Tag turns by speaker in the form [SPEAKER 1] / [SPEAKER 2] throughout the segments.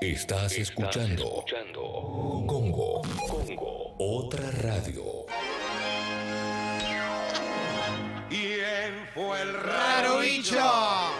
[SPEAKER 1] Estás escuchando Congo. Congo. Otra radio.
[SPEAKER 2] Y él fue el raro bicho.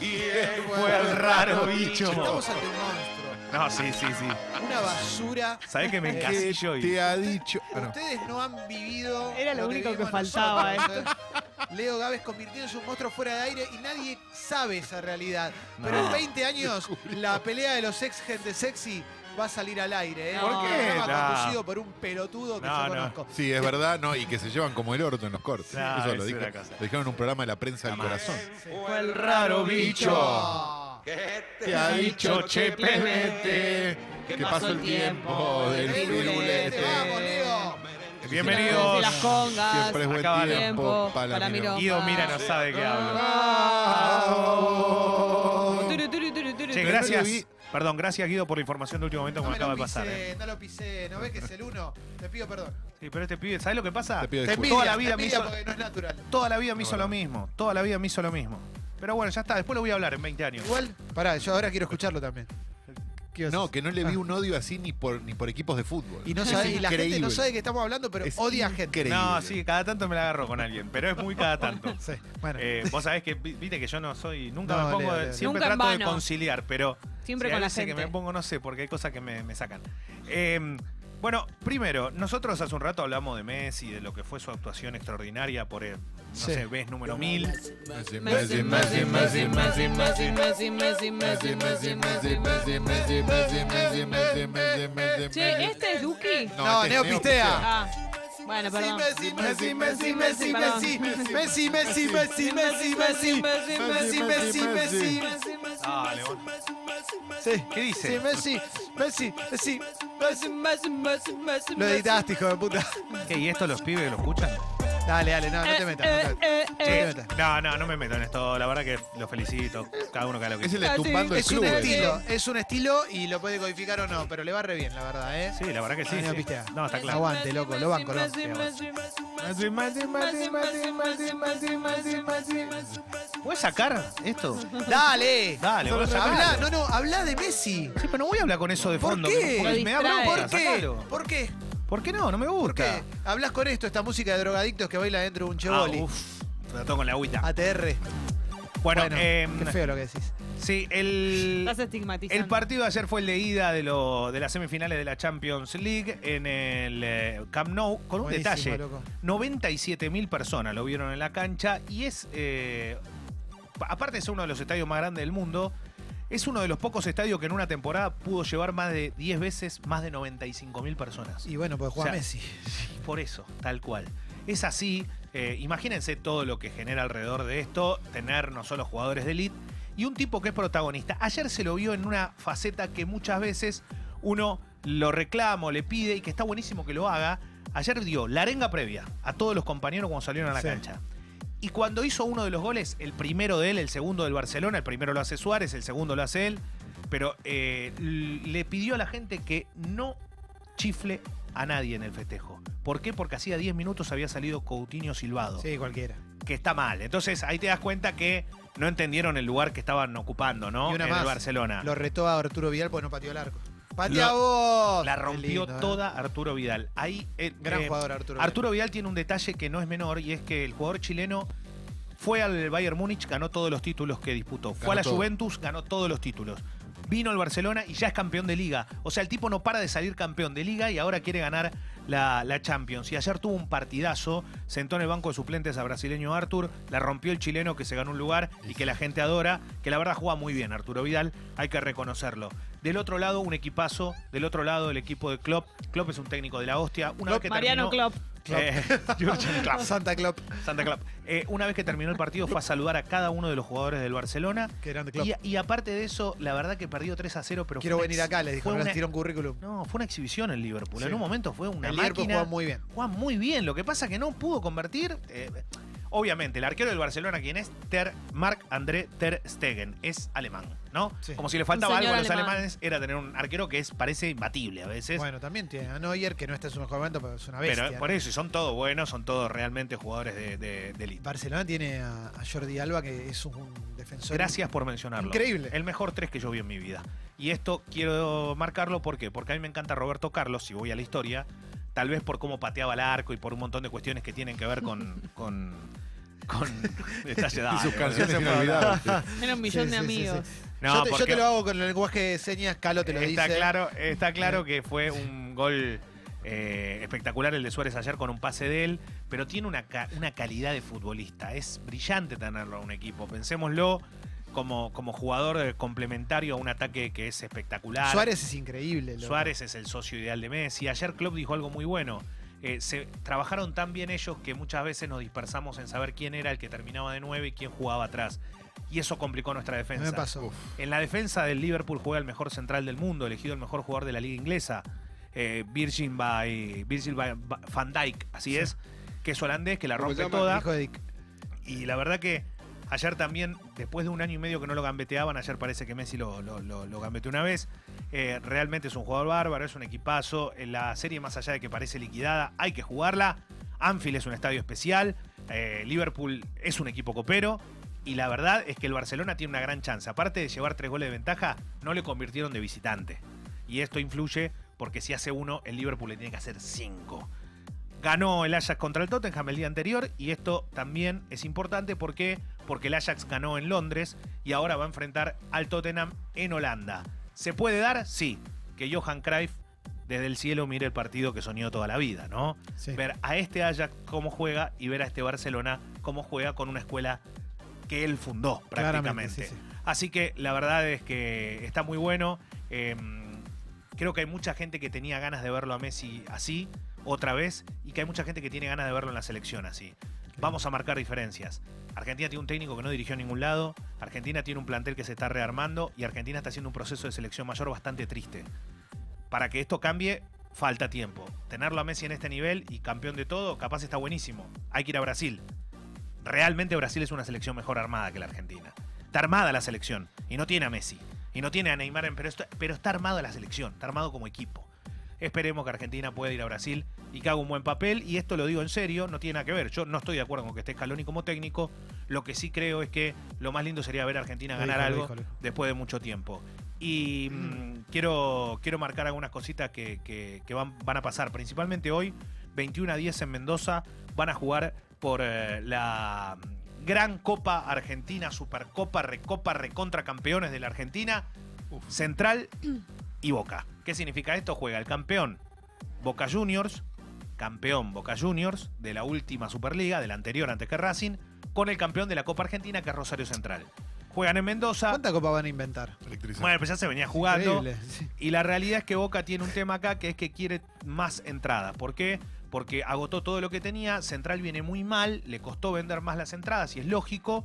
[SPEAKER 2] Y él
[SPEAKER 3] Fue el raro bicho.
[SPEAKER 4] Estamos ante un monstruo.
[SPEAKER 3] No, sí, sí, sí.
[SPEAKER 4] Una basura.
[SPEAKER 3] ¿Sabés que me
[SPEAKER 4] Eh,
[SPEAKER 3] encasillo y
[SPEAKER 5] Te ha dicho. ah, no.
[SPEAKER 4] Ustedes no han vivido.
[SPEAKER 6] Era lo único que
[SPEAKER 4] vivimos
[SPEAKER 6] faltaba,
[SPEAKER 4] nosotros, ¿eh? Leo Gávez convirtiéndose en un monstruo fuera de aire y nadie sabe esa realidad. Pero en 20 años, la pelea de los ex gente sexy va a salir al aire. ¿eh?
[SPEAKER 6] ¿Por
[SPEAKER 4] Un
[SPEAKER 6] qué?
[SPEAKER 4] programa
[SPEAKER 3] No.
[SPEAKER 4] conducido por un pelotudo que
[SPEAKER 3] No,
[SPEAKER 4] yo
[SPEAKER 3] no.
[SPEAKER 4] conozco.
[SPEAKER 5] Sí, es verdad, no, y que se llevan como el orto en los cortes.
[SPEAKER 3] No,
[SPEAKER 5] Eso lo,
[SPEAKER 3] es
[SPEAKER 5] dijo-
[SPEAKER 3] una cosa.
[SPEAKER 5] lo dijeron en un programa de la prensa del corazón.
[SPEAKER 2] fue
[SPEAKER 3] el raro bicho.
[SPEAKER 4] Oh.
[SPEAKER 2] que
[SPEAKER 5] Te ha dicho Che Pelete que pasó el tiempo del
[SPEAKER 4] ¡Ven,
[SPEAKER 5] firulete.
[SPEAKER 4] Este, ¡Vamos, Leo!
[SPEAKER 3] Bienvenidos.
[SPEAKER 6] De las congas.
[SPEAKER 5] Siempre es buen
[SPEAKER 3] Acá va
[SPEAKER 5] tiempo,
[SPEAKER 6] tiempo,
[SPEAKER 5] Palamiro.
[SPEAKER 6] Palamiro.
[SPEAKER 3] Guido Mira no sabe qué hablo.
[SPEAKER 6] Turu, turu, turu, turu,
[SPEAKER 3] Che,
[SPEAKER 6] turu.
[SPEAKER 3] gracias.
[SPEAKER 5] vi.
[SPEAKER 3] Perdón, gracias Guido por la información de último momento que
[SPEAKER 4] No
[SPEAKER 3] me
[SPEAKER 4] me lo
[SPEAKER 3] acaba de pasar. eh.
[SPEAKER 4] pisé, no lo pisé, no ves que es el uno. Te pido perdón.
[SPEAKER 3] Sí, pero este pibe, ¿sabes lo que pasa?
[SPEAKER 5] Te pido
[SPEAKER 3] Toda
[SPEAKER 5] disculpas.
[SPEAKER 3] la vida
[SPEAKER 4] te
[SPEAKER 3] me
[SPEAKER 4] envidia
[SPEAKER 3] hizo,
[SPEAKER 4] porque no es natural.
[SPEAKER 3] toda la vida me hizo lo mismo. Toda la vida me hizo lo mismo. Pero bueno, ya está, después lo voy a hablar en 20 años.
[SPEAKER 4] Igual, pará, yo ahora quiero escucharlo también.
[SPEAKER 5] No, que no le vi un odio así ni por, ni por equipos de fútbol.
[SPEAKER 4] Y, no sabe, y la gente no
[SPEAKER 5] Increíble.
[SPEAKER 4] sabe que estamos hablando, pero
[SPEAKER 5] Es
[SPEAKER 4] odia a gente.
[SPEAKER 5] increíble.
[SPEAKER 3] No, sí, cada tanto me la agarro con alguien, pero es muy cada tanto.
[SPEAKER 4] Sí, bueno.
[SPEAKER 3] Eh, vos sabés que, vi- viste que yo no soy, nunca
[SPEAKER 4] No,
[SPEAKER 3] me pongo,
[SPEAKER 4] Leo,
[SPEAKER 3] de-
[SPEAKER 4] Leo.
[SPEAKER 3] siempre
[SPEAKER 6] Nunca en
[SPEAKER 3] trato de
[SPEAKER 6] vano.
[SPEAKER 3] conciliar, pero
[SPEAKER 6] Siempre
[SPEAKER 3] Sí,
[SPEAKER 6] con
[SPEAKER 3] hay
[SPEAKER 6] la
[SPEAKER 3] veces
[SPEAKER 6] gente.
[SPEAKER 3] que me pongo, no sé, porque hay cosas que me, me sacan. Eh, bueno, primero, nosotros hace un rato hablamos de Messi, de lo que fue su actuación extraordinaria por el, no
[SPEAKER 4] Sí.
[SPEAKER 3] sé, ves número mil.
[SPEAKER 5] Messi,
[SPEAKER 6] Messi,
[SPEAKER 5] Messi,
[SPEAKER 6] Messi, Messi, Messi, Messi, Messi,
[SPEAKER 5] Messi,
[SPEAKER 6] Messi, Messi,
[SPEAKER 5] Messi, Messi,
[SPEAKER 6] Messi, Messi,
[SPEAKER 5] Messi,
[SPEAKER 6] Messi.
[SPEAKER 5] Messi, Messi, Messi, Messi, Messi, Messi,
[SPEAKER 6] Che,
[SPEAKER 5] Messi.
[SPEAKER 6] ¿este es Duki?
[SPEAKER 4] No,
[SPEAKER 5] este es
[SPEAKER 4] Neo Pistea.
[SPEAKER 6] Ah, bueno, perdón.
[SPEAKER 4] Messi, Messi, Messi, Messi,
[SPEAKER 6] Messi,
[SPEAKER 4] Messi, Messi, Messi, Messi, Messi, Messi, Messi,
[SPEAKER 6] Messi,
[SPEAKER 4] Messi, Messi, Messi,
[SPEAKER 3] Dale, vos.
[SPEAKER 4] Sí.
[SPEAKER 3] ¿Qué dice?
[SPEAKER 4] Sí, Messi, Messi, Messi, Messi.
[SPEAKER 6] Messi, Messi, Messi,
[SPEAKER 4] Lo editaste, hijo de puta.
[SPEAKER 3] ¿Qué, ¿Y esto los pibes lo escuchan?
[SPEAKER 4] Dale, dale, no, no te metas. no te metas.
[SPEAKER 6] Eh, eh, eh,
[SPEAKER 3] Che,
[SPEAKER 6] eh.
[SPEAKER 4] te metas.
[SPEAKER 3] no, no, no me meto en esto. La verdad que los felicito. Cada uno que haga lo que
[SPEAKER 5] Es el
[SPEAKER 3] quiera.
[SPEAKER 5] estumbando el
[SPEAKER 4] Es un
[SPEAKER 5] club. eh.
[SPEAKER 4] estilo, es un estilo y lo puede codificar o no, pero le va re bien, la verdad, ¿eh?
[SPEAKER 3] Sí, la verdad que sí.
[SPEAKER 4] Ah, Neo
[SPEAKER 3] sí.
[SPEAKER 4] Pistea.
[SPEAKER 3] No, está claro.
[SPEAKER 4] Aguante, loco, lo banco, lo banco.
[SPEAKER 6] Messi, Messi,
[SPEAKER 3] Messi, Messi, Messi, Messi, Messi, Messi, Messi, Messi. ¿Puedes sacar esto?
[SPEAKER 4] Dale.
[SPEAKER 3] Dale,
[SPEAKER 4] Solo
[SPEAKER 3] vos
[SPEAKER 4] Habla, no,
[SPEAKER 3] sacalo.
[SPEAKER 4] no, habla de Messi.
[SPEAKER 3] Sí, pero no voy a hablar con eso de
[SPEAKER 4] ¿Por
[SPEAKER 3] fondo.
[SPEAKER 4] qué?
[SPEAKER 3] porque Me da
[SPEAKER 6] Lo
[SPEAKER 3] bronca,
[SPEAKER 6] distrae.
[SPEAKER 4] ¿Por qué?
[SPEAKER 3] sacalo.
[SPEAKER 4] ¿Por qué?
[SPEAKER 3] ¿Por qué no? No me gusta.
[SPEAKER 4] ¿Qué? Hablas con esto, esta música de drogadictos que baila dentro de un chevoli.
[SPEAKER 3] Ah, uf, trató con la agüita.
[SPEAKER 4] ATR.
[SPEAKER 3] Bueno,
[SPEAKER 4] Ah, Bueno,
[SPEAKER 3] em,
[SPEAKER 4] qué feo lo que decís.
[SPEAKER 3] sí, el,
[SPEAKER 6] Estás estigmatizando.
[SPEAKER 3] el partido de ayer fue el de ida de, lo, de las semifinales de la Champions League en el eh, Camp Nou, con un
[SPEAKER 4] Buenísimo,
[SPEAKER 3] detalle.
[SPEAKER 4] loco.
[SPEAKER 3] 97.000 personas lo vieron en la cancha y es, eh, pa- aparte de ser uno de los estadios más grandes del mundo, es uno de los pocos estadios que en una temporada pudo llevar más de 10 veces más de 95.000 personas.
[SPEAKER 4] Y bueno, pues juega
[SPEAKER 3] O sea,
[SPEAKER 4] Messi.
[SPEAKER 3] Por eso, tal cual. Es así, eh, imagínense todo lo que genera alrededor de esto, tener no solo jugadores de elite y un tipo que es protagonista. Ayer se lo vio en una faceta que muchas veces uno lo reclama, o le pide y que está buenísimo que lo haga. Ayer dio la arenga previa a todos los compañeros cuando salieron a la
[SPEAKER 4] Sí.
[SPEAKER 3] cancha. Y cuando hizo uno de los goles, el primero de él, el segundo del Barcelona, el primero lo hace Suárez, el segundo lo hace él, pero eh, l- le pidió a la gente que no chifle a nadie en el festejo. ¿Por qué? Porque hacía 10 minutos había salido Coutinho silbado,
[SPEAKER 4] Sí, cualquiera.
[SPEAKER 3] que está mal. Entonces ahí te das cuenta que no entendieron el lugar que estaban ocupando, ¿no?
[SPEAKER 4] Y una
[SPEAKER 3] en
[SPEAKER 4] más.
[SPEAKER 3] el Barcelona.
[SPEAKER 4] Lo retó a Arturo Vidal porque no pateó el arco. ¡Patea
[SPEAKER 3] Ah. Lo-
[SPEAKER 4] vos!
[SPEAKER 3] La
[SPEAKER 4] Qué
[SPEAKER 3] rompió
[SPEAKER 4] lindo, ¿eh?
[SPEAKER 3] toda Arturo Vidal. Ahí, eh,
[SPEAKER 4] Gran
[SPEAKER 3] eh,
[SPEAKER 4] jugador Arturo Vidal.
[SPEAKER 3] Arturo Vidal tiene un detalle que no es menor y es que el jugador chileno fue al Bayern Múnich, ganó todos los títulos que disputó. Fue
[SPEAKER 5] Ganó
[SPEAKER 3] a la
[SPEAKER 5] todo.
[SPEAKER 3] Juventus, ganó todos los títulos. Vino al Barcelona y ya es campeón de liga. O sea, el tipo no para de salir campeón de liga y ahora quiere ganar la, la Champions. Y ayer tuvo un partidazo, sentó en el banco de suplentes a brasileño Artur, la rompió el chileno que se ganó un lugar y que la gente adora, que la verdad juega muy bien Arturo Vidal, hay que reconocerlo. Del otro lado, un equipazo, del otro lado el equipo de Klopp. Klopp es un técnico de la hostia. Una vez que
[SPEAKER 6] Mariano
[SPEAKER 3] terminó-
[SPEAKER 6] Klopp.
[SPEAKER 3] Eh, Jürgen Klopp.
[SPEAKER 4] Santa Klopp.
[SPEAKER 3] Santa Clap. Eh, una vez que terminó el partido fue a saludar a cada uno de los jugadores del Barcelona.
[SPEAKER 4] Qué grande Klopp.
[SPEAKER 3] Y, y aparte de eso, la verdad que perdió 3 a 0, pero
[SPEAKER 4] Quiero
[SPEAKER 3] fue una
[SPEAKER 4] venir
[SPEAKER 3] ex-
[SPEAKER 4] acá, les dijo.
[SPEAKER 3] fue
[SPEAKER 4] No
[SPEAKER 3] una-
[SPEAKER 4] les tiró un currículum.
[SPEAKER 3] No, fue una exhibición en Liverpool.
[SPEAKER 4] Sí.
[SPEAKER 3] En un momento fue una
[SPEAKER 4] El
[SPEAKER 3] máquina.
[SPEAKER 4] Liverpool juega muy bien.
[SPEAKER 3] Juega muy bien. Lo que pasa que no pudo convertir. eh, Obviamente, el arquero del Barcelona, quien es Ter, Marc André Ter Stegen, es alemán, ¿no?
[SPEAKER 4] Sí.
[SPEAKER 3] Como si le faltaba
[SPEAKER 6] Un
[SPEAKER 3] algo
[SPEAKER 6] señor
[SPEAKER 3] a los
[SPEAKER 6] alemán.
[SPEAKER 3] alemanes, era tener un arquero que es, parece imbatible a veces.
[SPEAKER 4] Bueno, también tiene a Neuer, que no está en su mejor momento, pero es una bestia.
[SPEAKER 3] pero por eso, y son todos buenos, son todos realmente jugadores de, de, de elite.
[SPEAKER 4] Barcelona tiene a, a Jordi Alba, que es un defensor.
[SPEAKER 3] Gracias por mencionarlo.
[SPEAKER 4] Increíble.
[SPEAKER 3] El mejor tres que yo vi en mi vida. Y esto quiero marcarlo ¿por qué? porque a mí me encanta Roberto Carlos, si voy a la historia, tal vez por cómo pateaba el arco y por un montón de cuestiones que tienen que ver con... con con detalle dale,
[SPEAKER 5] sus
[SPEAKER 3] boludo.
[SPEAKER 5] canciones inolvidables.
[SPEAKER 6] Tiene un
[SPEAKER 4] Sí,
[SPEAKER 6] millón de
[SPEAKER 4] sí, sí, sí.
[SPEAKER 6] amigos.
[SPEAKER 3] No,
[SPEAKER 4] yo, te, yo
[SPEAKER 3] porque-
[SPEAKER 4] te lo hago con el lenguaje de señas, Calo te lo
[SPEAKER 3] está
[SPEAKER 4] dice.
[SPEAKER 3] Claro, está claro que fue un gol eh, espectacular el de Suárez ayer con un pase de él, pero tiene una, ca- una calidad de futbolista. Es brillante tenerlo a un equipo. Pensémoslo como, como jugador eh, complementario a un ataque que es espectacular.
[SPEAKER 4] Suárez es increíble. loco.
[SPEAKER 3] Suárez es el socio ideal de Messi. Ayer Klopp dijo algo muy bueno. Eh, se trabajaron tan bien ellos que muchas veces nos dispersamos en saber quién era el que terminaba de nueve y quién jugaba atrás. Y eso complicó nuestra
[SPEAKER 4] No
[SPEAKER 3] defensa.
[SPEAKER 4] me pasó.
[SPEAKER 5] Uf.
[SPEAKER 3] En la defensa del Liverpool juega el mejor central del mundo, elegido el mejor jugador de la liga inglesa, eh, Virgil, by- Virgil by- van Dijk, así es, que es holandés, que la
[SPEAKER 5] ¿Cómo
[SPEAKER 3] rompe
[SPEAKER 5] se llama?
[SPEAKER 3] toda.
[SPEAKER 4] Hijo de Dick.
[SPEAKER 3] Y la verdad que ayer también, después de un año y medio que no lo gambeteaban, ayer parece que Messi lo, lo, lo- lo gambeteó una vez, eh, realmente es un jugador bárbaro, es un equipazo. En la serie, más allá de que parece liquidada, hay que jugarla. Anfield es un estadio especial, eh, Liverpool es un equipo copero. Y la verdad es que el Barcelona tiene una gran chance. Aparte de llevar tres goles de ventaja, no le convirtieron de visitante. Y esto influye porque si hace uno, el Liverpool le tiene que hacer cinco. Ganó el Ajax contra el Tottenham el día anterior y esto también es importante ¿por qué? porque el Ajax ganó en Londres y ahora va a enfrentar al Tottenham en Holanda. ¿Se puede dar? Sí, que Johan Cruyff desde el cielo mire el partido que soñó toda la vida, ¿no?
[SPEAKER 4] Sí.
[SPEAKER 3] Ver a este Ajax cómo juega y ver a este Barcelona cómo juega con una escuela que él fundó prácticamente.
[SPEAKER 4] Claramente, sí, sí.
[SPEAKER 3] Así que la verdad es que está muy bueno. Eh, creo que hay mucha gente que tenía ganas de verlo a Messi así, otra vez, y que hay mucha gente que tiene ganas de verlo en la selección así. Vamos a marcar diferencias. Argentina tiene un técnico que no dirigió a ningún lado, Argentina tiene un plantel que se está rearmando y Argentina está haciendo un proceso de selección mayor bastante triste. Para que esto cambie, falta tiempo. Tenerlo a Messi en este nivel y campeón de todo, capaz está buenísimo. Hay que ir a Brasil. Realmente Brasil es una selección mejor armada que la Argentina. Está armada la selección y no tiene a Messi y no tiene a Neymar, pero está, pero está armada la selección, está armado como equipo. Esperemos que Argentina pueda ir a Brasil y que haga un buen papel. Y esto lo digo en serio, no tiene nada que ver. Yo no estoy de acuerdo con que esté Scaloni como técnico. Lo que sí creo es que lo más lindo sería ver a Argentina
[SPEAKER 4] Lo
[SPEAKER 3] ganar
[SPEAKER 4] dijo, lo
[SPEAKER 3] algo
[SPEAKER 4] dijo, lo dijo.
[SPEAKER 3] después de mucho tiempo. Y mm, quiero, quiero marcar algunas cositas que, que- que van, van a pasar. Principalmente hoy, 21 a 10 en Mendoza, van a jugar por eh, la mm, Gran Copa Argentina, Supercopa, Recopa, Recontra Campeones de la Argentina, Central y Boca. ¿Qué significa esto? Juega el campeón Boca Juniors, campeón Boca Juniors de la última Superliga, de la anterior antes que Racing, con el campeón de la Copa Argentina que es Rosario Central. Juegan en Mendoza.
[SPEAKER 4] ¿Cuánta copa van a inventar?
[SPEAKER 5] este,
[SPEAKER 3] Bueno, pues ya se venía jugando.
[SPEAKER 4] Increíble, sí.
[SPEAKER 3] Y la realidad es que Boca tiene un tema acá que es que quiere más entradas. ¿Por qué? Porque agotó todo lo que tenía, Central viene muy mal, le costó vender más las entradas y es lógico.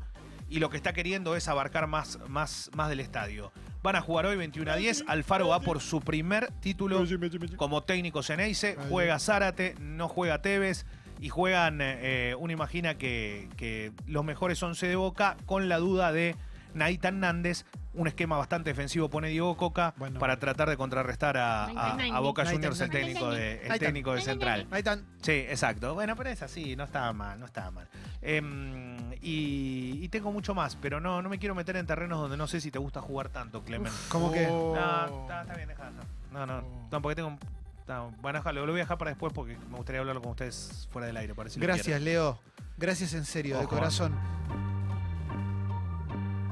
[SPEAKER 3] Y lo que está queriendo es abarcar más, más, más del estadio. Van a jugar hoy 21 a 10. Alfaro va por su primer título como técnico Ceneice. Juega Zárate, no juega Tevez. Y juegan, eh, uno imagina que, que los mejores 11 de Boca con la duda de Naita Hernández. Un esquema bastante defensivo pone Diego Coca
[SPEAKER 4] Bueno.
[SPEAKER 3] para tratar de contrarrestar a, a- a Boca
[SPEAKER 4] Naita
[SPEAKER 3] Juniors, el
[SPEAKER 4] Hernández.
[SPEAKER 3] técnico de, el
[SPEAKER 4] Naita.
[SPEAKER 3] técnico de Central.
[SPEAKER 4] Ahí están.
[SPEAKER 3] Sí, exacto. Bueno, pero es así, no estaba mal, no estaba mal. Em, y, y tengo mucho más, pero no, no me quiero meter en terrenos donde no sé si te gusta jugar tanto, Clemen.
[SPEAKER 4] ¿Cómo que?
[SPEAKER 3] Oh, No,
[SPEAKER 4] Oh.
[SPEAKER 3] está, está bien, déjalo. No, no, no, porque tengo. un- no, bueno, déjalo, lo voy a dejar para después porque me gustaría hablarlo con ustedes fuera del aire. para ver si lo
[SPEAKER 4] Gracias,
[SPEAKER 3] quieren.
[SPEAKER 4] Leo. Gracias en serio, de
[SPEAKER 3] Ojo.
[SPEAKER 4] corazón.